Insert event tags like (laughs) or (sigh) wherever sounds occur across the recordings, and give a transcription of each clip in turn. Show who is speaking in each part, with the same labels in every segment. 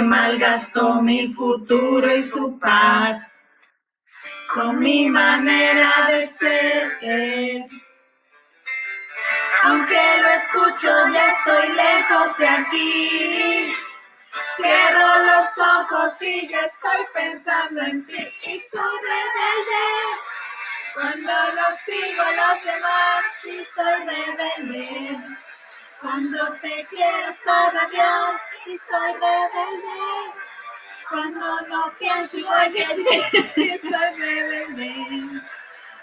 Speaker 1: malgastó mi futuro y su paz con mi manera de ser. Aunque lo escucho, ya estoy lejos de aquí. Cierro los ojos y ya estoy pensando en ti y soy rebelde. Cuando los sigo a los demás, sí soy rebelde. Cuando te quiero, soy rabiosa y soy rebelde. Cuando no pienso igual que ti, soy rebelde.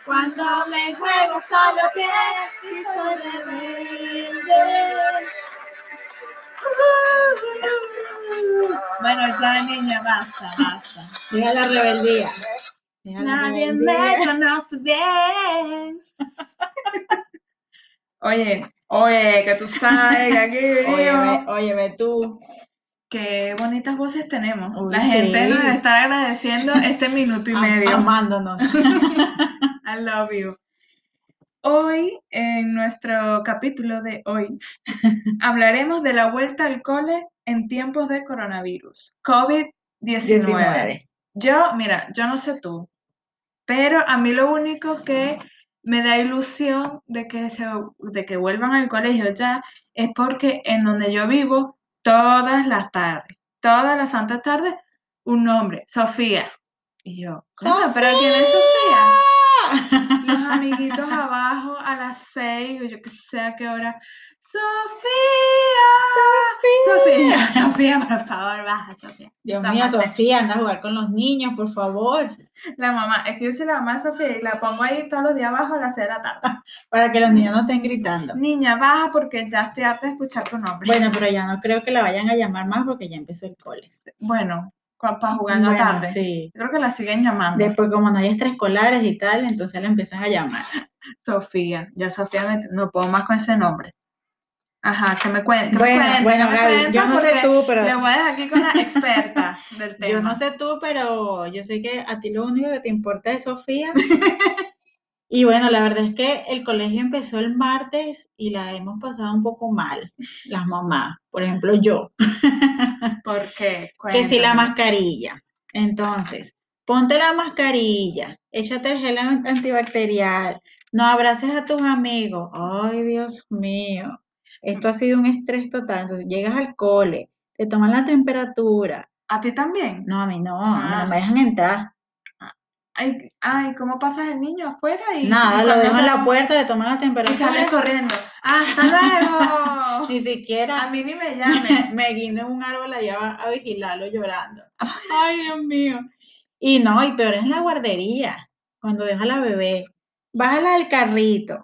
Speaker 1: Cuando me juego solo pies, sí soy rebelde.
Speaker 2: Bueno, ya niña, basta, basta.
Speaker 3: Deja la rebeldía. Deja la
Speaker 1: Nadie me
Speaker 3: rebeldía.
Speaker 1: conoce bien.
Speaker 2: Oye, oye, que tú sabes que (laughs) aquí
Speaker 3: Óyeme,
Speaker 2: vivimos.
Speaker 3: óyeme tú.
Speaker 2: Qué bonitas voces tenemos.
Speaker 3: Uy,
Speaker 2: La gente
Speaker 3: sí.
Speaker 2: nos debe estar agradeciendo este minuto y
Speaker 3: am-
Speaker 2: medio.
Speaker 3: (laughs) Amándonos.
Speaker 2: I love you. Hoy, en nuestro capítulo de (laughs) hoy, hablaremos de la vuelta al cole en tiempos de coronavirus, COVID-19.
Speaker 3: 19.
Speaker 2: Yo, mira, yo no sé tú, pero a mí lo único que me da ilusión de que, se, de que vuelvan al colegio ya es porque en donde yo vivo, todas las tardes, todas las santas tardes, un nombre, Sofía. Y yo, "Coño, ¿pero quién es Sofía? los amiguitos abajo a las seis, o yo que sé a qué hora. ¡Sofía! Sofía, Sofía, por favor, baja, Sofía.
Speaker 3: Dios
Speaker 2: Esa
Speaker 3: mío,
Speaker 2: parte.
Speaker 3: Sofía, anda a jugar con los niños, por favor.
Speaker 2: La mamá, es que yo soy la mamá de Sofía y la pongo ahí todos los días abajo a las seis de la tarde. (laughs)
Speaker 3: Para que los niños no estén gritando.
Speaker 2: Niña, baja porque ya estoy harta de escuchar tu nombre.
Speaker 3: Bueno, pero ya no creo que la vayan a llamar más porque ya empezó el cole.
Speaker 2: bueno para jugar en la
Speaker 3: Bueno,
Speaker 2: tarde.
Speaker 3: Sí.
Speaker 2: Yo Creo que la siguen llamando.
Speaker 3: Después, como no hay extraescolares y tal, entonces la empiezan a llamar.
Speaker 2: Sofía, ya Sofía, me- no puedo más con ese nombre. Ajá, que me cuente.
Speaker 3: Bueno, bueno, Gaby, yo no sé tú, pero
Speaker 2: Le voy a dejar aquí con la
Speaker 3: (laughs)
Speaker 2: experta del tema.
Speaker 3: Yo no sé tú, pero yo sé que a ti lo único que te importa es Sofía. (laughs) y bueno, la verdad es que el colegio empezó el martes y la hemos pasado un poco mal, las mamás. Por ejemplo, yo,
Speaker 2: ¿Por qué?
Speaker 3: que si la
Speaker 2: Cuéntame.
Speaker 3: mascarilla. Entonces, ponte la mascarilla, échate el gel an- antibacterial, no abraces a tus amigos. Ay, Dios mío. Esto ha sido un estrés total. Entonces, llegas al cole, te toman la temperatura.
Speaker 2: ¿A ti también?
Speaker 3: No, a mí no, a mí no
Speaker 2: Ah.
Speaker 3: me dejan entrar.
Speaker 2: Ay, ay, ¿cómo pasas el niño afuera? Y,
Speaker 3: Nada,
Speaker 2: y
Speaker 3: lo
Speaker 2: cuando
Speaker 3: dejo en la
Speaker 2: sale-
Speaker 3: puerta, le toman la
Speaker 2: Y sales
Speaker 3: temperatura.
Speaker 2: corriendo. ¡Hasta luego!
Speaker 3: (laughs) Ni
Speaker 2: A
Speaker 3: siquiera
Speaker 2: mí ni me llamen.
Speaker 3: me guindo en un árbol allá va a vigilarlo llorando. Ay, Dios mío. Y no, y peor es la guardería, cuando deja la bebé. Bájala del carrito.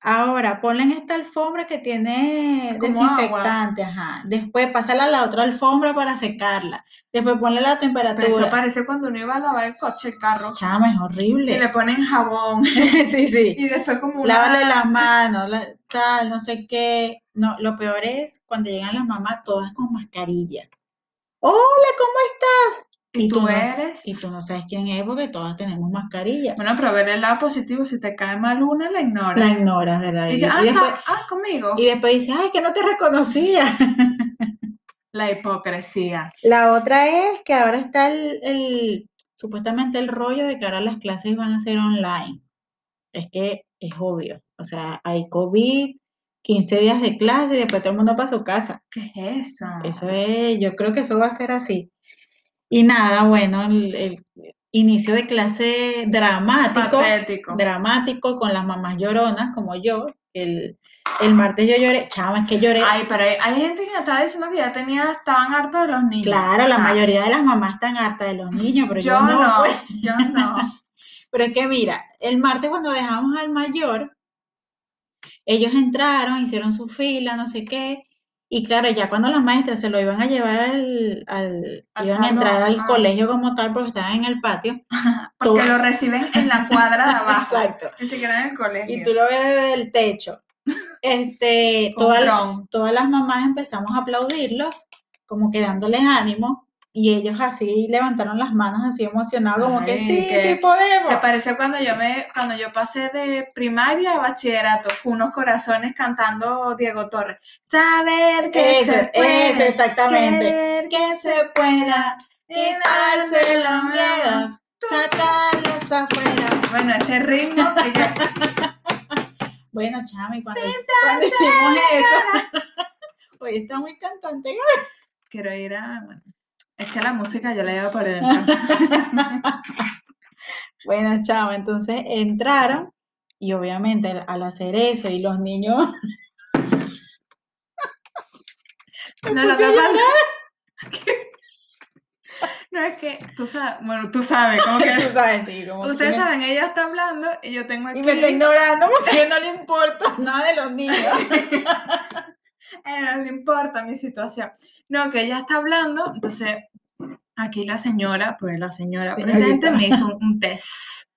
Speaker 3: Ahora, ponla en esta alfombra que tiene
Speaker 2: Como agua.
Speaker 3: desinfectante, ajá. Después, pásala a la otra alfombra para secarla. Después, ponle (laughs) la
Speaker 2: Pero eso
Speaker 3: temperatura.
Speaker 2: parece cuando uno iba a lavar el coche, el carro.
Speaker 3: Chama, es
Speaker 2: Y le
Speaker 3: horrible.
Speaker 2: ponen jabón. (laughs)
Speaker 3: (laughs) Sí, sí.
Speaker 2: Y después como una...
Speaker 3: Lávale las manos, la- tal, no sé qué. No, lo peor es cuando llegan las mamás todas con mascarilla. Hola, ¿cómo estás?
Speaker 2: Y,
Speaker 3: y
Speaker 2: tú
Speaker 3: tú no-
Speaker 2: eres...
Speaker 3: Y tú no sabes quién es porque todas tenemos mascarilla.
Speaker 2: Bueno, pero ver el lado positivo, si te cae mal una, la ignoras.
Speaker 3: La ignoras, ¿verdad?
Speaker 2: Y,
Speaker 3: Y,
Speaker 2: que, ah,
Speaker 3: y
Speaker 2: está-
Speaker 3: después,
Speaker 2: ah, conmigo.
Speaker 3: y después dices, ay, que no te reconocía. (laughs)
Speaker 2: La hipocresía.
Speaker 3: La otra es que ahora está el, el- supuestamente el rollo de que ahora las clases van a ser online. Es que es obvio. O sea, hay COVID, 15 días de clase y después todo el mundo para su casa.
Speaker 2: ¿Qué es eso?
Speaker 3: Eso es, yo creo que eso va a ser así. Y nada, bueno, el, el inicio de clase dramático,
Speaker 2: Patético.
Speaker 3: dramático con las mamás lloronas como yo. El, el martes yo lloré, chama, es que lloré.
Speaker 2: Ay, pero hay, hay gente que me estaba diciendo que ya tenía, estaban hartos de los niños.
Speaker 3: claro,
Speaker 2: O
Speaker 3: la
Speaker 2: sea,
Speaker 3: mayoría de las mamás están hartas de los niños, pero yo,
Speaker 2: Yo
Speaker 3: no.
Speaker 2: no,
Speaker 3: pues.
Speaker 2: yo
Speaker 3: (laughs)
Speaker 2: no.
Speaker 3: Pero es que mira, el martes cuando dejamos al mayor, ellos entraron, hicieron su fila, no sé qué. Y claro, ya cuando las maestras se lo iban a llevar al, al-
Speaker 2: Al
Speaker 3: iban a entrar
Speaker 2: salón,
Speaker 3: al
Speaker 2: ah.
Speaker 3: colegio como tal porque estaban en el patio.
Speaker 2: Porque
Speaker 3: Tú-
Speaker 2: lo reciben en la cuadra de abajo.
Speaker 3: (laughs) Exacto.
Speaker 2: Ni siquiera en el colegio.
Speaker 3: Y tú lo ves desde el techo. Este,
Speaker 2: Con
Speaker 3: todas,
Speaker 2: dron.
Speaker 3: todas las mamás empezamos a aplaudirlos, como que dándoles ánimo. Y ellos así levantaron las manos así emocionados, como que
Speaker 2: Ay,
Speaker 3: sí,
Speaker 2: que
Speaker 3: sí podemos.
Speaker 2: Se pareció cuando yo me, cuando yo pasé de primaria a bachillerato, unos corazones cantando Diego Torres. Saber que
Speaker 3: Ese,
Speaker 2: se puede,
Speaker 3: ese, exactamente.
Speaker 2: querer que se pueda, quitarse los miedos,
Speaker 3: sacarlos afuera.
Speaker 2: Bueno, ese ritmo, que ya- (laughs)
Speaker 3: Bueno, Chami, cuando, cuando hicimos eso. (laughs) Hoy está muy cantante.
Speaker 2: quiero ir a, bueno, es que la música yo la llevo por dentro.
Speaker 3: (laughs) Bueno, chama, entonces entraron y obviamente al- al hacer eso y los niños (laughs)
Speaker 2: No, lo que
Speaker 3: puse a llorar.
Speaker 2: pasa. (laughs) No, es que tú sabes, bueno, tú sabes, como
Speaker 3: (laughs)
Speaker 2: que
Speaker 3: Tú sabes, sí, como que
Speaker 2: Ustedes
Speaker 3: me-
Speaker 2: saben, ella está hablando y yo tengo aquí.
Speaker 3: Y me está ignorando porque no le importa nada de los niños.
Speaker 2: (laughs) eh, no le importa mi situación. No, que ella está hablando, entonces aquí la señora, pues la señora
Speaker 3: Señorita.
Speaker 2: presente me hizo un, un test.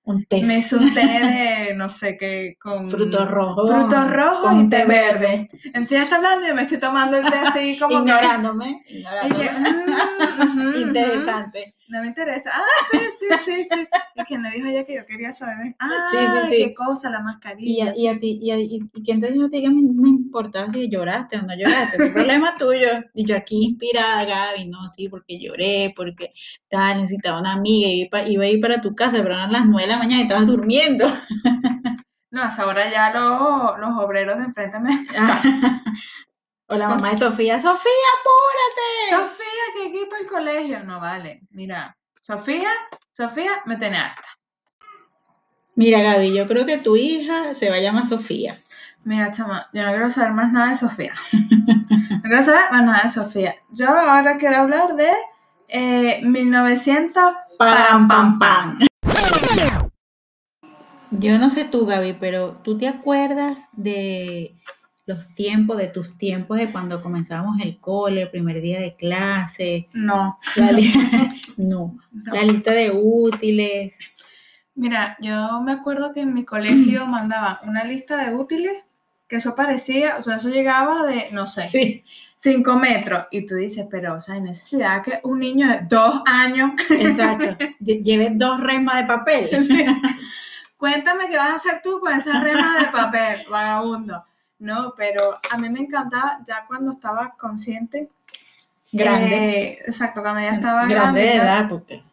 Speaker 3: Un té.
Speaker 2: Me hizo un té de no sé qué con
Speaker 3: Frutos rojos.
Speaker 2: frutos rojos
Speaker 3: con
Speaker 2: y
Speaker 3: un
Speaker 2: té verde. Entonces ella está hablando y yo me estoy tomando el té así como que-
Speaker 3: Ignorándome.
Speaker 2: Y que,
Speaker 3: Ignorándome.
Speaker 2: mm, ujú, ujú,
Speaker 3: Interesante.
Speaker 2: No me interesa. Ah, sí, sí, sí, sí. Y que me dijo ella que yo quería saber. Ah,
Speaker 3: Sí, sí, sí.
Speaker 2: qué cosa, la
Speaker 3: Y,
Speaker 2: mascarilla.
Speaker 3: a, y a ti, y, a- y- y quién te dijo a ti que me, me importaba si lloraste o no lloraste, es un problema (laughs) tuyo. Y yo aquí inspirada, Gaby, no, sí, porque lloré, porque tal, necesitaba una amiga, y iba, iba a ir para tu casa, pero eran las nueve de la mañana y estabas durmiendo. (laughs)
Speaker 2: No, hasta ahora ya lo- los obreros de enfrente me...
Speaker 3: o la
Speaker 2: Con
Speaker 3: mamá de Sofía, Sofía, apúrate.
Speaker 2: Sofía, que aquí para el colegio. No vale, mira. Sofía, Sofía, me tenés harta.
Speaker 3: Mira, Gaby, yo creo que tu hija se va a llamar Sofía.
Speaker 2: Mira, chama, yo no quiero saber más nada de Sofía. (laughs) No quiero saber más nada de Sofía. Yo ahora quiero hablar de eh, 1900...
Speaker 3: Pam, pam, pam. Yo no sé tú, Gaby, pero ¿tú te acuerdas de los tiempos, de tus tiempos de cuando comenzábamos el cole, el primer día de clase?
Speaker 2: No.
Speaker 3: (laughs) La li- no,
Speaker 2: no.
Speaker 3: la lista de útiles.
Speaker 2: Mira, yo me acuerdo que en mi colegio mandaban una lista de útiles que eso parecía, o sea, eso llegaba de, no sé,
Speaker 3: Sí,
Speaker 2: 5 metros. Y tú dices, pero, o sea, hay necesidad que un niño de 2 años,
Speaker 3: exacto. Lle- Lleves dos remas de papel. (laughs)
Speaker 2: cuéntame qué vas a hacer tú con esa rema de
Speaker 3: (laughs)
Speaker 2: papel, vagabundo. No, pero a mí me encantaba ya cuando estaba consciente.
Speaker 3: Grande.
Speaker 2: eh, exacto, cuando ya estaba
Speaker 3: grande
Speaker 2: grande.
Speaker 3: de
Speaker 2: ya-
Speaker 3: edad, porque.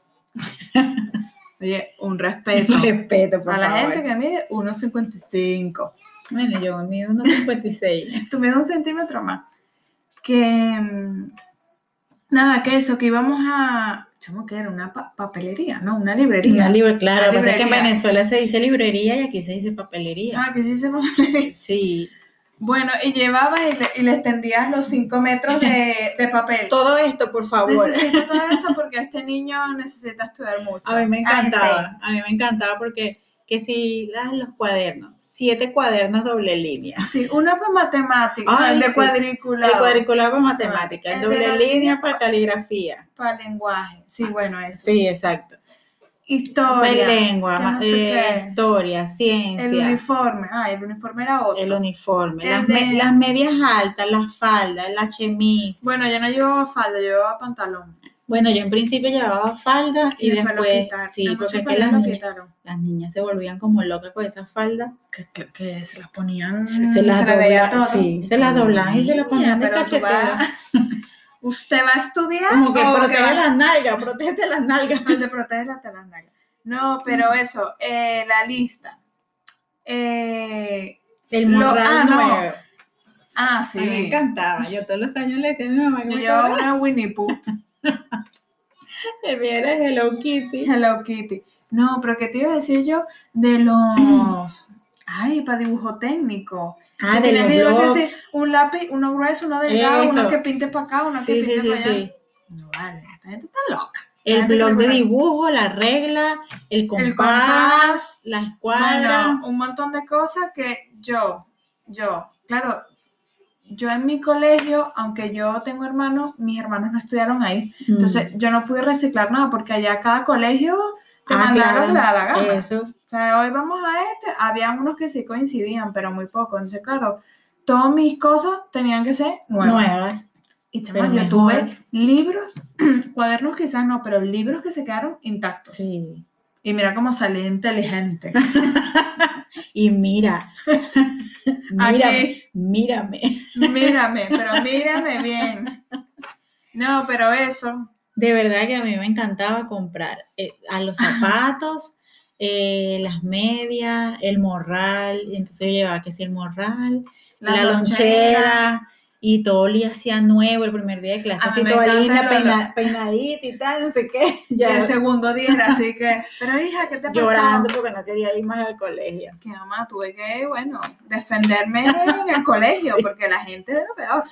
Speaker 2: Oye,
Speaker 3: (laughs)
Speaker 2: un respeto.
Speaker 3: Respeto, por
Speaker 2: A la
Speaker 3: favor.
Speaker 2: gente que mide 1,55.
Speaker 3: Bueno, yo mido unos (laughs) 56.
Speaker 2: tuvieron un centímetro más. Que mm, nada, que eso, que íbamos a. Chamo, que era una pa- papelería, no, una librería.
Speaker 3: Una libre, claro.
Speaker 2: Una
Speaker 3: Lo que pasa es que en
Speaker 2: librería.
Speaker 3: Venezuela se dice librería y aquí se dice papelería.
Speaker 2: Ah, que sí se papelería.
Speaker 3: Sí.
Speaker 2: Bueno, y llevabas y le, y le extendías los cinco metros de, de papel.
Speaker 3: Todo esto, por favor.
Speaker 2: Necesito todo esto porque este niño necesita estudiar mucho.
Speaker 3: A mí me
Speaker 2: Ah,
Speaker 3: encantaba, a mí me encantaba porque que si ah, los cuadernos, siete cuadernos doble línea.
Speaker 2: Sí, Sí, uno para matemáticas,
Speaker 3: Ay,
Speaker 2: el de
Speaker 3: sí.
Speaker 2: cuadrícula,
Speaker 3: El cuadriculado para matemáticas, el
Speaker 2: El de
Speaker 3: doble
Speaker 2: la
Speaker 3: línea
Speaker 2: línea
Speaker 3: para caligrafía.
Speaker 2: para lenguaje. Sí, bueno, eso.
Speaker 3: Ah, Sí, exacto.
Speaker 2: Historia.
Speaker 3: lengua,
Speaker 2: que
Speaker 3: ma-
Speaker 2: no sé
Speaker 3: eh,
Speaker 2: qué.
Speaker 3: historia,
Speaker 2: El
Speaker 3: ciencia, el,
Speaker 2: uniforme. Ah, el uniforme era otro.
Speaker 3: uniforme,
Speaker 2: El
Speaker 3: las, me-
Speaker 2: de-
Speaker 3: las medias altas, las faldas, la chemise.
Speaker 2: Bueno, yo no llevaba falda, yo llevaba pantalón.
Speaker 3: Bueno, yo en principio llevaba faldas y, después,
Speaker 2: lo quitaron.
Speaker 3: sí,
Speaker 2: A
Speaker 3: porque
Speaker 2: muchos
Speaker 3: es que
Speaker 2: colegios
Speaker 3: las,
Speaker 2: lo
Speaker 3: niñas-
Speaker 2: quitaron.
Speaker 3: las niñas se volvían como locas con esas faldas.
Speaker 2: Que, que- que Mm, se las ponían.
Speaker 3: Se, se las
Speaker 2: la veía
Speaker 3: dobla-
Speaker 2: todo.
Speaker 3: sí, se las doblaban y se las
Speaker 2: Niña,
Speaker 3: ponían de
Speaker 2: pero tú vas- (laughs)
Speaker 3: cachetera.
Speaker 2: ¿Usted va a estudiar?
Speaker 3: Como que
Speaker 2: o
Speaker 3: protege
Speaker 2: va-
Speaker 3: las nalgas, protege las nalgas.
Speaker 2: No, te protege la telaraña. No, pero eso, eh, la lista. Eh,
Speaker 3: El
Speaker 2: Lo-
Speaker 3: morral
Speaker 2: ah, no.
Speaker 3: nuevo.
Speaker 2: ah,
Speaker 3: A mí me
Speaker 2: sí.
Speaker 3: encantaba. Yo todos los años le decía a mi mamá que
Speaker 2: Yo
Speaker 3: me
Speaker 2: llevaba
Speaker 3: comprara
Speaker 2: una Winnie Pooh, (laughs)
Speaker 3: el viernes de
Speaker 2: (laughs)
Speaker 3: Hello Kitty.
Speaker 2: Hello Kitty. No, pero ¿qué te iba a decir yo? De los. Ay, para dibujo técnico.
Speaker 3: Ah,
Speaker 2: Que
Speaker 3: de los
Speaker 2: tiene que
Speaker 3: blogs.
Speaker 2: decir, un lápiz, uno grueso, uno delgado, uno
Speaker 3: Eso.
Speaker 2: que pinte para acá, uno
Speaker 3: Sí,
Speaker 2: que
Speaker 3: sí,
Speaker 2: pinte
Speaker 3: sí,
Speaker 2: para allá.
Speaker 3: sí.
Speaker 2: No vale, esta gente está loca.
Speaker 3: El
Speaker 2: gente
Speaker 3: blog
Speaker 2: que
Speaker 3: de
Speaker 2: le-
Speaker 3: dibujo, la regla, el compás,
Speaker 2: compás. Ah,
Speaker 3: la escuadra.
Speaker 2: Bueno, un montón de cosas que yo, yo, claro, yo en mi colegio, aunque yo tengo hermanos, mis hermanos no estudiaron ahí.
Speaker 3: Mm.
Speaker 2: Entonces yo no pude reciclar nada porque allá cada colegio te
Speaker 3: Ah,
Speaker 2: mandaron lo que
Speaker 3: claro.
Speaker 2: le da la gana.
Speaker 3: Eso.
Speaker 2: O sea, hoy vamos a este. Había unos que sí coincidían, pero muy poco. Entonces, claro, todas mis cosas tenían que ser nuevas.
Speaker 3: Nueva.
Speaker 2: Y
Speaker 3: Pero
Speaker 2: chaval, yo
Speaker 3: mejor.
Speaker 2: tuve libros, (clears throat) cuadernos quizás no, pero libros que se quedaron intactos.
Speaker 3: Sí.
Speaker 2: Y mira cómo salí inteligente.
Speaker 3: Y
Speaker 2: (laughs)
Speaker 3: mira. mírame,
Speaker 2: Aquí,
Speaker 3: mírame.
Speaker 2: mírame, pero mírame bien. No, pero eso.
Speaker 3: De verdad que a mí me encantaba comprar eh, a los zapatos, eh, las medias, el morral. Y entonces yo llevaba que si el morral, la, lonchera. y todo olía hacía nuevo el primer día de clase,
Speaker 2: A
Speaker 3: así
Speaker 2: mí me
Speaker 3: toda
Speaker 2: encanta el
Speaker 3: linda,
Speaker 2: olor.
Speaker 3: peina- peinadita y tal, no sé (laughs) qué.
Speaker 2: Y
Speaker 3: Ya
Speaker 2: el segundo día era así que, pero hija, ¿qué te pasó?
Speaker 3: llorando porque no quería ir más al colegio.
Speaker 2: Que mamá, tuve que, bueno, defenderme en el colegio porque la gente era peor.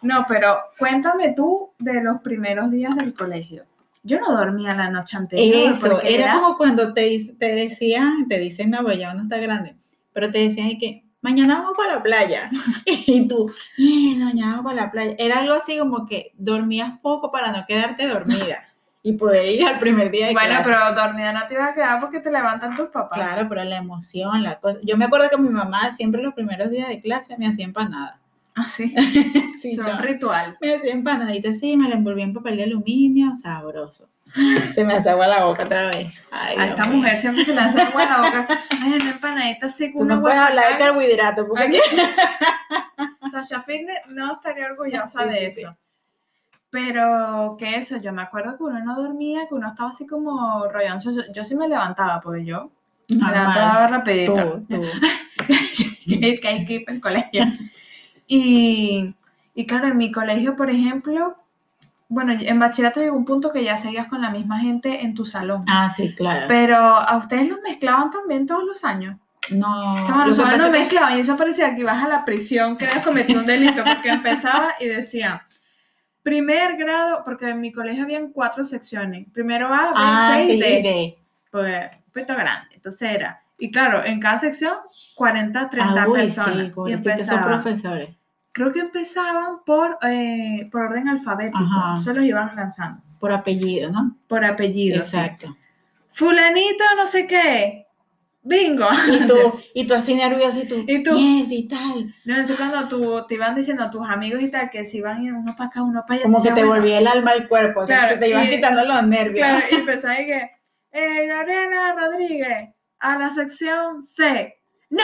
Speaker 2: No, pero cuéntame tú de los primeros días del colegio. Yo no dormía la noche anterior.
Speaker 3: Eso,
Speaker 2: porque
Speaker 3: era, como cuando te, dic- te decían, te dicen, no, pues ya uno está grande, pero te decían y que mañana vamos para la playa. (laughs) y tú, "Mierda, mañana vamos para la playa. Era algo así como que dormías poco para no quedarte dormida y poder ir al primer día de
Speaker 2: Bueno,
Speaker 3: clase.
Speaker 2: pero dormida no te ibas a quedar porque te levantan tus papás.
Speaker 3: Claro, pero la emoción, la cosa. Yo me acuerdo que mi mamá siempre los primeros días de clase me hacía empanada.
Speaker 2: Ah,
Speaker 3: (laughs)
Speaker 2: sí.
Speaker 3: Sí,
Speaker 2: Es un
Speaker 3: chamo.
Speaker 2: ritual.
Speaker 3: me hacía empanadita así, me la envolví en papel de aluminio, sabroso. (laughs) Se me hace agua la boca otra vez. Ay,
Speaker 2: A
Speaker 3: Dios
Speaker 2: esta
Speaker 3: mío.
Speaker 2: mujer siempre se le hace agua a la
Speaker 3: (laughs)
Speaker 2: boca. Ay, una empanadita así
Speaker 3: Tú
Speaker 2: con
Speaker 3: no
Speaker 2: una
Speaker 3: puedes hablar de
Speaker 2: guacamaya.
Speaker 3: carbohidratos porque (laughs)
Speaker 2: Ay, Sasha Fitness no estaría orgullosa
Speaker 3: Sí,
Speaker 2: de
Speaker 3: sí, sí.
Speaker 2: eso. Pero que eso, yo me acuerdo que uno no dormía, que uno estaba así como rollonzo. Yo, yo sí me levantaba, porque yo me
Speaker 3: normal.
Speaker 2: levantaba rapidito.
Speaker 3: Tú, tú.
Speaker 2: (laughs) que hay que ir para el colegio. Y, y claro, en mi colegio, por ejemplo, bueno, en bachillerato llegó un punto que ya seguías con la misma gente en tu salón.
Speaker 3: Ah, sí, claro.
Speaker 2: Pero a ustedes los mezclaban también todos los años. Chama,
Speaker 3: No, lo que
Speaker 2: nosotros
Speaker 3: pasa
Speaker 2: nos
Speaker 3: es que-
Speaker 2: mezclaban y eso parecía que ibas a la prisión, que habías cometido un delito,
Speaker 3: (laughs)
Speaker 2: porque empezaba y decía, primer grado, porque en mi colegio habían cuatro secciones, primero A, B,
Speaker 3: Ah,
Speaker 2: C y
Speaker 3: sí,
Speaker 2: D,
Speaker 3: de-
Speaker 2: pues puesto grande, entonces era, y claro, en cada sección 40, 30
Speaker 3: Ah, uy,
Speaker 2: personas,
Speaker 3: sí,
Speaker 2: y
Speaker 3: pobrecitos, son
Speaker 2: empezaban,
Speaker 3: profesores.
Speaker 2: creo que empezaban por, eh, por orden alfabético,
Speaker 3: Ajá.
Speaker 2: entonces los iban lanzando,
Speaker 3: Por apellido, ¿no?
Speaker 2: por apellido, sí.
Speaker 3: Exacto.
Speaker 2: fulanito no sé qué, bingo,
Speaker 3: Y tú, y tú así nervioso y tú,
Speaker 2: Y tú.
Speaker 3: "Mierda", y tal.
Speaker 2: No, entonces cuando tú, te iban diciendo a tus amigos y tal, que se iban y unos para acá, unos para allá.
Speaker 3: Como
Speaker 2: tú
Speaker 3: que
Speaker 2: decías,
Speaker 3: te
Speaker 2: bueno,
Speaker 3: volvía el alma al cuerpo,
Speaker 2: Claro,
Speaker 3: entonces te iban
Speaker 2: y-
Speaker 3: quitando los nervios.
Speaker 2: Claro, y empezaba y que, eh, Lorena Rodríguez, a la sección C. ¡No!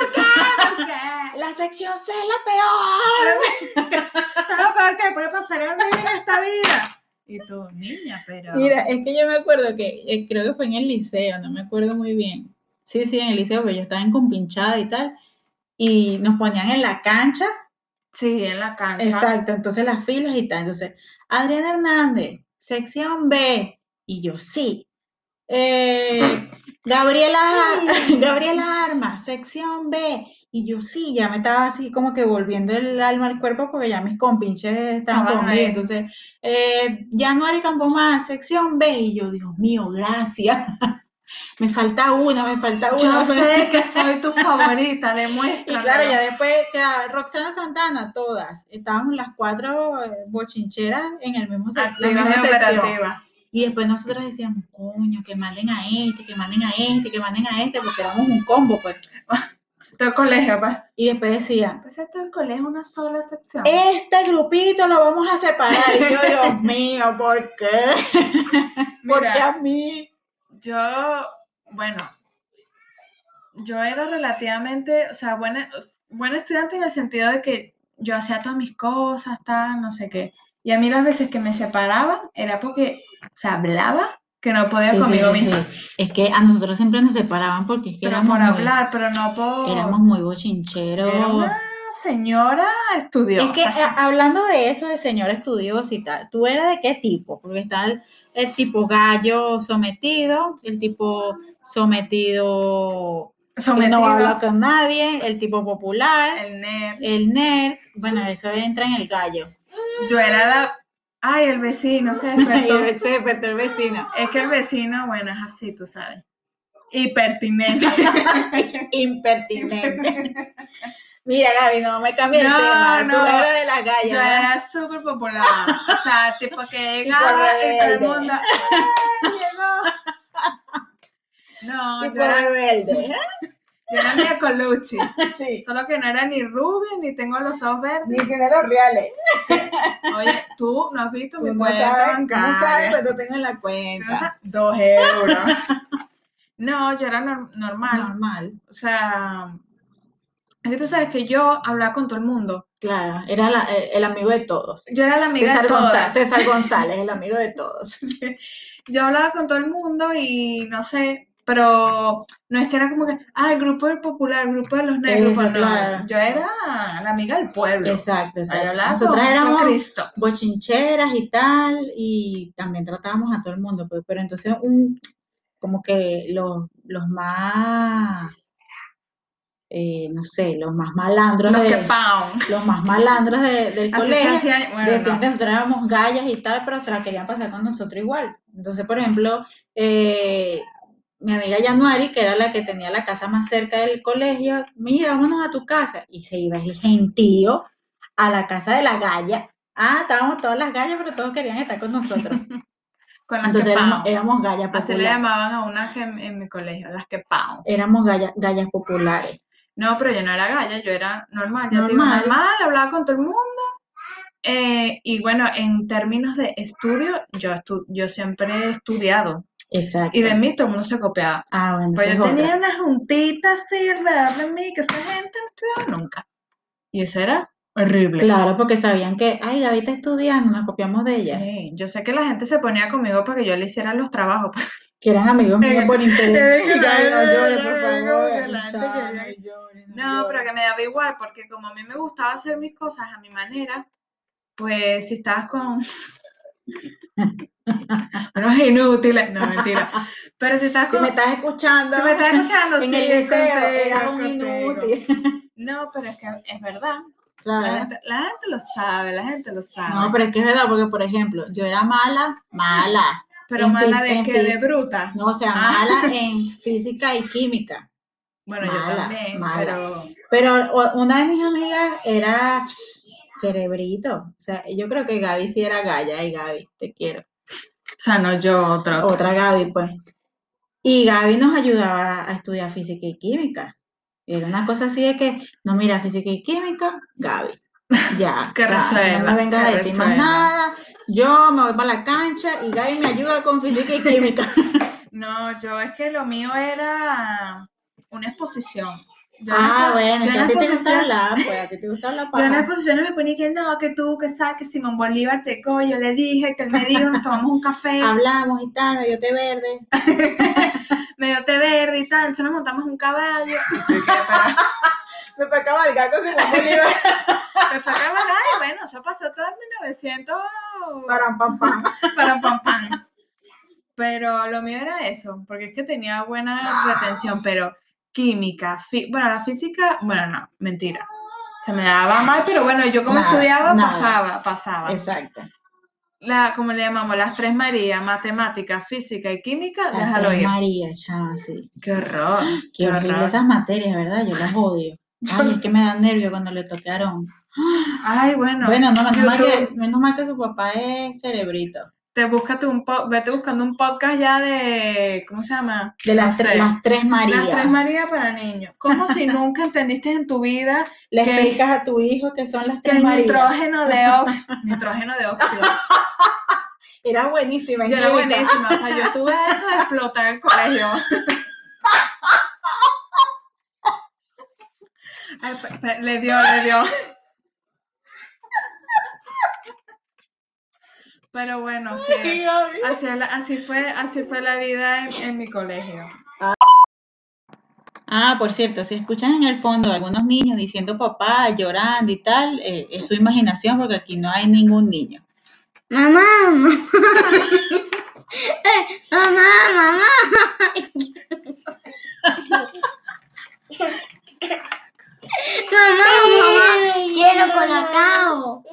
Speaker 2: ¿Por qué? ¿Por qué? (laughs)
Speaker 3: La sección C es la peor.
Speaker 2: No, ¿Por qué? Puede pasar a mí en esta vida. Y tú, niña, pero...
Speaker 3: Mira, es que yo me acuerdo que eh, creo que fue en el liceo, no me acuerdo muy bien. Sí, sí, en el liceo, pero yo estaba en compinchada y tal. Y nos ponían en la cancha,
Speaker 2: Sí, en la cancha.
Speaker 3: exacto, entonces las filas y tal. Entonces, Adriana Hernández, sección B. Y yo, sí.
Speaker 2: (laughs)
Speaker 3: Eh, Gabriela,
Speaker 2: Sí.
Speaker 3: (laughs) Gabriela Armas, sección B. Y yo, sí, ya me estaba así como que volviendo el alma al cuerpo porque ya mis compinches estaban
Speaker 2: Estaban
Speaker 3: conmigo.
Speaker 2: ahí.
Speaker 3: Entonces, eh, January Campomar, sección B. Y yo, Dios mío, gracias. (laughs) Me falta una, me falta una. (laughs)
Speaker 2: Yo sé que soy tu favorita,
Speaker 3: Y
Speaker 2: demuéstralo.
Speaker 3: claro, ya después quedaba Roxana Santana, todas. Estábamos las cuatro eh, bochincheras en el mismo se- Ah, la
Speaker 2: Activa
Speaker 3: misma
Speaker 2: mi
Speaker 3: sección.
Speaker 2: operativa.
Speaker 3: Y después nosotros decíamos, coño, que manden a este, que manden a este, que manden a este, porque éramos un combo, pues.
Speaker 2: Todo el colegio, pues.
Speaker 3: Y después decían,
Speaker 2: Pues todo el colegio una sola sección.
Speaker 3: este grupito lo vamos a separar. Y (laughs) yo, Dios mío, ¿por qué? ¿Por qué
Speaker 2: Mira.
Speaker 3: a mí?
Speaker 2: Yo, bueno, yo era relativamente, o sea, buena, buena estudiante en el sentido de que yo hacía todas mis cosas, tal, no sé qué. Y a mí las veces que me separaban era porque, o sea, hablaba que no podía
Speaker 3: Sí, sí,
Speaker 2: conmigo
Speaker 3: sí, sí.
Speaker 2: misma.
Speaker 3: Es que a nosotros siempre nos separaban porque es que
Speaker 2: Pero
Speaker 3: éramos
Speaker 2: por
Speaker 3: muy-
Speaker 2: hablar, pero no por...
Speaker 3: éramos muy bochincheros.
Speaker 2: Era una señora estudiosa.
Speaker 3: Es que ah, a- hablando de eso, de señor estudioso y tal, ¿tú eras de qué tipo? Porque está el, el tipo gallo sometido, el tipo sometido que
Speaker 2: sometido,
Speaker 3: no habla con nadie, el tipo popular,
Speaker 2: el nerd.
Speaker 3: el nerd, bueno, eso entra en el gallo. (laughs)
Speaker 2: Yo era la... Ay, el vecino se
Speaker 3: Y
Speaker 2: despertó.
Speaker 3: se despertó
Speaker 2: (laughs)
Speaker 3: el vecino.
Speaker 2: es que el vecino, bueno, es así, tú sabes. Impertinente.
Speaker 3: Impertinente. (laughs) Mira, Gaby, no me cambies el
Speaker 2: No,
Speaker 3: tema.
Speaker 2: no.
Speaker 3: Tú eras de las gallas.
Speaker 2: Yo
Speaker 3: ¿verdad?
Speaker 2: era súper popular.
Speaker 1: (laughs)
Speaker 2: O sea, tipo que
Speaker 3: Tipo
Speaker 2: llegaba y todo el
Speaker 3: rebelde.
Speaker 2: mundo. "¡Ay, llegó!". No,
Speaker 3: Tipo
Speaker 2: yo era,
Speaker 3: rebelde. ¿eh?
Speaker 2: Yo era Mia Colucci.
Speaker 3: Sí.
Speaker 2: Solo que no era ni rubia ni tengo los ojos verdes.
Speaker 1: Dije de los reales.
Speaker 2: Oye, tú no has visto
Speaker 1: Tú
Speaker 2: mi
Speaker 1: no
Speaker 2: cuenta
Speaker 1: sabes, no
Speaker 2: bancaria.
Speaker 1: sabes cuánto tengo en la
Speaker 2: Tú no
Speaker 1: cuenta.
Speaker 2: sabes- Dos euros.
Speaker 1: (laughs)
Speaker 2: no, yo era nor- normal.
Speaker 3: Normal.
Speaker 2: O sea, es que tú sabes que yo hablaba con todo el mundo.
Speaker 3: Claro, era la- eh, el amigo de todos.
Speaker 2: Yo era la amiga
Speaker 3: César
Speaker 2: de todas.
Speaker 3: González, César González, el amigo
Speaker 2: (laughs)
Speaker 3: de todos.
Speaker 2: Yo hablaba con todo el mundo y no sé, pero no es que era como que, ah, el grupo del popular, el grupo de los negros.
Speaker 3: Eso,
Speaker 2: pues no,
Speaker 3: claro.
Speaker 2: yo era la amiga del pueblo.
Speaker 3: Exacto,
Speaker 2: Ahí
Speaker 3: exacto.
Speaker 2: hablaba
Speaker 3: Nosotras
Speaker 2: con- con
Speaker 3: éramos
Speaker 2: Cristo.
Speaker 3: bochincheras y tal, y también tratábamos a todo el mundo, pues, pero entonces un, como que los, los más, eh, no sé, los más malandros,
Speaker 2: Los que
Speaker 3: de,
Speaker 2: pound.
Speaker 3: los más malandros de- del
Speaker 2: Así se
Speaker 3: colegio
Speaker 2: hacía- bueno,
Speaker 3: decían
Speaker 2: no.
Speaker 3: que nosotros éramos gallas y tal, pero se la querían pasar con nosotros igual. Entonces, por ejemplo, eh, mi amiga Januari, que era la que tenía la casa más cerca del colegio, mira, vámonos a tu casa. Y se iba el gentío a la casa de la galla. Ah, estábamos todas las gallas, pero todos querían estar con
Speaker 2: (laughs)
Speaker 3: nosotros.
Speaker 2: Con las
Speaker 3: Entonces
Speaker 2: que
Speaker 3: éramos,
Speaker 2: pound.
Speaker 3: éramos gallas
Speaker 2: Así le
Speaker 3: populares.
Speaker 2: llamaban a una que en, en mi colegio, las que pound.
Speaker 3: Éramos galla- gallas populares.
Speaker 2: No, pero yo no era galla, yo era normal, ya te digo,
Speaker 3: Normal.
Speaker 2: normal, hablaba con todo el mundo. Eh, y bueno, en términos de estudio, yo, estu- yo siempre he estudiado.
Speaker 3: Exacto.
Speaker 2: Y de mí todo el mundo se copiaba.
Speaker 3: Ah, bueno, esa
Speaker 2: Pero Pues
Speaker 3: es
Speaker 2: yo
Speaker 3: otra.
Speaker 2: tenía una juntita así alrededor de mí, que esa gente no estudiaba nunca. Y eso era horrible.
Speaker 3: Claro, porque sabían que, ay, Gaby está estudiando, nos copiamos de ella.
Speaker 2: Sí, yo sé que la gente se ponía conmigo para que yo le hiciera los trabajos. pues,
Speaker 3: que eran amigos míos por interés. (laughs)
Speaker 2: Eh,
Speaker 3: Ay, no llores,
Speaker 2: eh,
Speaker 3: por
Speaker 2: eh,
Speaker 3: favor.
Speaker 2: como que la gente
Speaker 3: chama,
Speaker 2: quería-
Speaker 3: no llores,
Speaker 2: No, pero
Speaker 3: llores.
Speaker 2: que me daba igual, porque como a mí me gustaba hacer mis cosas a mi manera, pues si estabas
Speaker 3: (laughs)
Speaker 2: con unos inútiles, no, mentira. Pero si estabas
Speaker 3: Si
Speaker 2: con...
Speaker 3: me estás escuchando,
Speaker 2: si me
Speaker 3: (laughs)
Speaker 2: estás escuchando,
Speaker 3: en
Speaker 2: sí,
Speaker 3: el liceo
Speaker 2: contigo,
Speaker 3: era un
Speaker 2: contigo.
Speaker 3: inútil.
Speaker 2: No, pero es que es verdad. La
Speaker 3: (laughs) Claro.
Speaker 2: gente, la gente lo sabe, la gente lo sabe.
Speaker 3: No, pero es que es verdad, porque por ejemplo, yo era mala, mala.
Speaker 2: pero
Speaker 3: en
Speaker 2: mala
Speaker 3: fis-
Speaker 2: de
Speaker 3: en
Speaker 2: que de
Speaker 3: fis-
Speaker 2: bruta.
Speaker 3: No, o sea,
Speaker 2: Ah. (laughs)
Speaker 3: mala en física y química.
Speaker 2: Bueno,
Speaker 3: Mala,
Speaker 2: yo también,
Speaker 3: mala.
Speaker 2: pero
Speaker 3: Pero o- una de mis amigas era pss, cerebrito. O sea, yo creo que Gaby sí era galla. y Gaby, te quiero.
Speaker 2: o sea, no yo otra. otra.
Speaker 3: otra Gaby, pues. Y Gaby nos ayudaba a estudiar física y química. Era una cosa así de que, no, mira, física y química, Gaby. (laughs) Ya.
Speaker 2: Que
Speaker 3: o sea, No
Speaker 2: resuelva,
Speaker 3: me vengas a
Speaker 2: que
Speaker 3: decir más
Speaker 2: resuelva.
Speaker 3: nada. Yo me voy para la cancha y Gaby me ayuda con física
Speaker 2: (laughs)
Speaker 3: y química.
Speaker 2: No, yo es que lo mío era una exposición. Yo en
Speaker 3: ah,
Speaker 2: expo-
Speaker 3: bueno,
Speaker 2: yo
Speaker 3: que
Speaker 2: en
Speaker 3: a ti te gusta
Speaker 2: exposición-
Speaker 3: hablar, pues, a ti te gusta hablar
Speaker 2: Yo en
Speaker 3: paja.
Speaker 2: las exposiciones me ponía que no, que tú, que sabes que Simón Bolívar llegó, yo le dije, que él me dijo, nos tomamos un
Speaker 3: (laughs)
Speaker 2: café,
Speaker 3: Hablamos y tal, medio té verde.
Speaker 2: me dio té verde y tal, entonces nos montamos un (laughs) caballo. (laughs) Me
Speaker 3: Me fue a cabalgar con Simón
Speaker 2: (laughs)
Speaker 3: Bolívar.
Speaker 2: fue a cabalgar y bueno, eso pasó todo en 1900
Speaker 3: Param, pam, pam.
Speaker 2: (laughs) para pam pam. Pero lo mío era eso, porque es que tenía buena retención, pero química, fi- bueno, la física, bueno, no, mentira. Se me daba mal, pero bueno, yo como
Speaker 3: Nada,
Speaker 2: estudiaba,
Speaker 3: nada.
Speaker 2: pasaba, pasaba.
Speaker 3: Exacto.
Speaker 2: La, como le llamamos, las tres Marías, matemática, física y química,
Speaker 3: La
Speaker 2: déjalo
Speaker 3: Tres
Speaker 2: ir.
Speaker 3: María, chama, sí.
Speaker 2: Qué horror,
Speaker 3: Qué
Speaker 2: qué
Speaker 3: horrible
Speaker 2: horror.
Speaker 3: esas materias, ¿verdad? Yo
Speaker 2: (laughs)
Speaker 3: las odio. Ay, es que me dan nervio cuando le tocaron.
Speaker 2: Ay, bueno,
Speaker 3: Bueno, no, menos mal, que,
Speaker 2: YouTube.
Speaker 3: menos mal que su papá es cerebrito.
Speaker 2: te búscate un po- vete buscando un podcast ya de, ¿cómo se llama?
Speaker 3: De las,
Speaker 2: No
Speaker 3: tre-
Speaker 2: sé.
Speaker 3: las tres Marías.
Speaker 2: Las tres Marías para niños. Como
Speaker 3: (laughs)
Speaker 2: si nunca entendiste en tu vida
Speaker 3: le
Speaker 2: que-
Speaker 3: explicas a tu hijo que son las
Speaker 2: que
Speaker 3: tres
Speaker 2: el
Speaker 3: Marías.
Speaker 2: nitrógeno de óxido. (laughs) nitrógeno de óxido.
Speaker 3: Era buenísima. en
Speaker 2: Yo era
Speaker 3: química.
Speaker 2: buenísima. O sea, yo tuve esto de explotar el colegio. Ay, pe- pe- le dio, le dio. Pero bueno,
Speaker 3: Sí,
Speaker 2: sí.
Speaker 3: Gaby.
Speaker 2: Así, es la- así fue, así fue la vida en, en mi colegio.
Speaker 3: Ah, por cierto, si escuchan en el fondo algunos niños diciendo papá, llorando y tal, eh, es su imaginación porque aquí no hay ningún niño.
Speaker 4: Mamá, mamá, Eh, mamá, mamá. mamá, mamá, quiero colacao.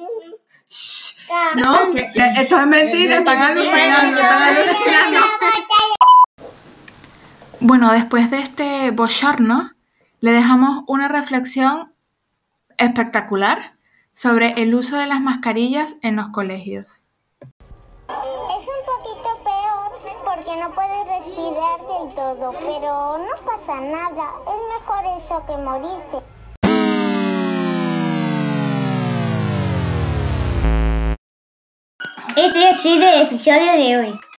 Speaker 2: No, que, que esto es mentira, están alucinando, están alucinando. Bueno, después de este bochorno, le dejamos una reflexión espectacular sobre el uso de las mascarillas en los colegios.
Speaker 5: Es un poquito peor porque no puedes respirar. respirar del todo, pero no pasa nada. Es mejor eso que morirse.
Speaker 4: Este ha sido el episodio de hoy.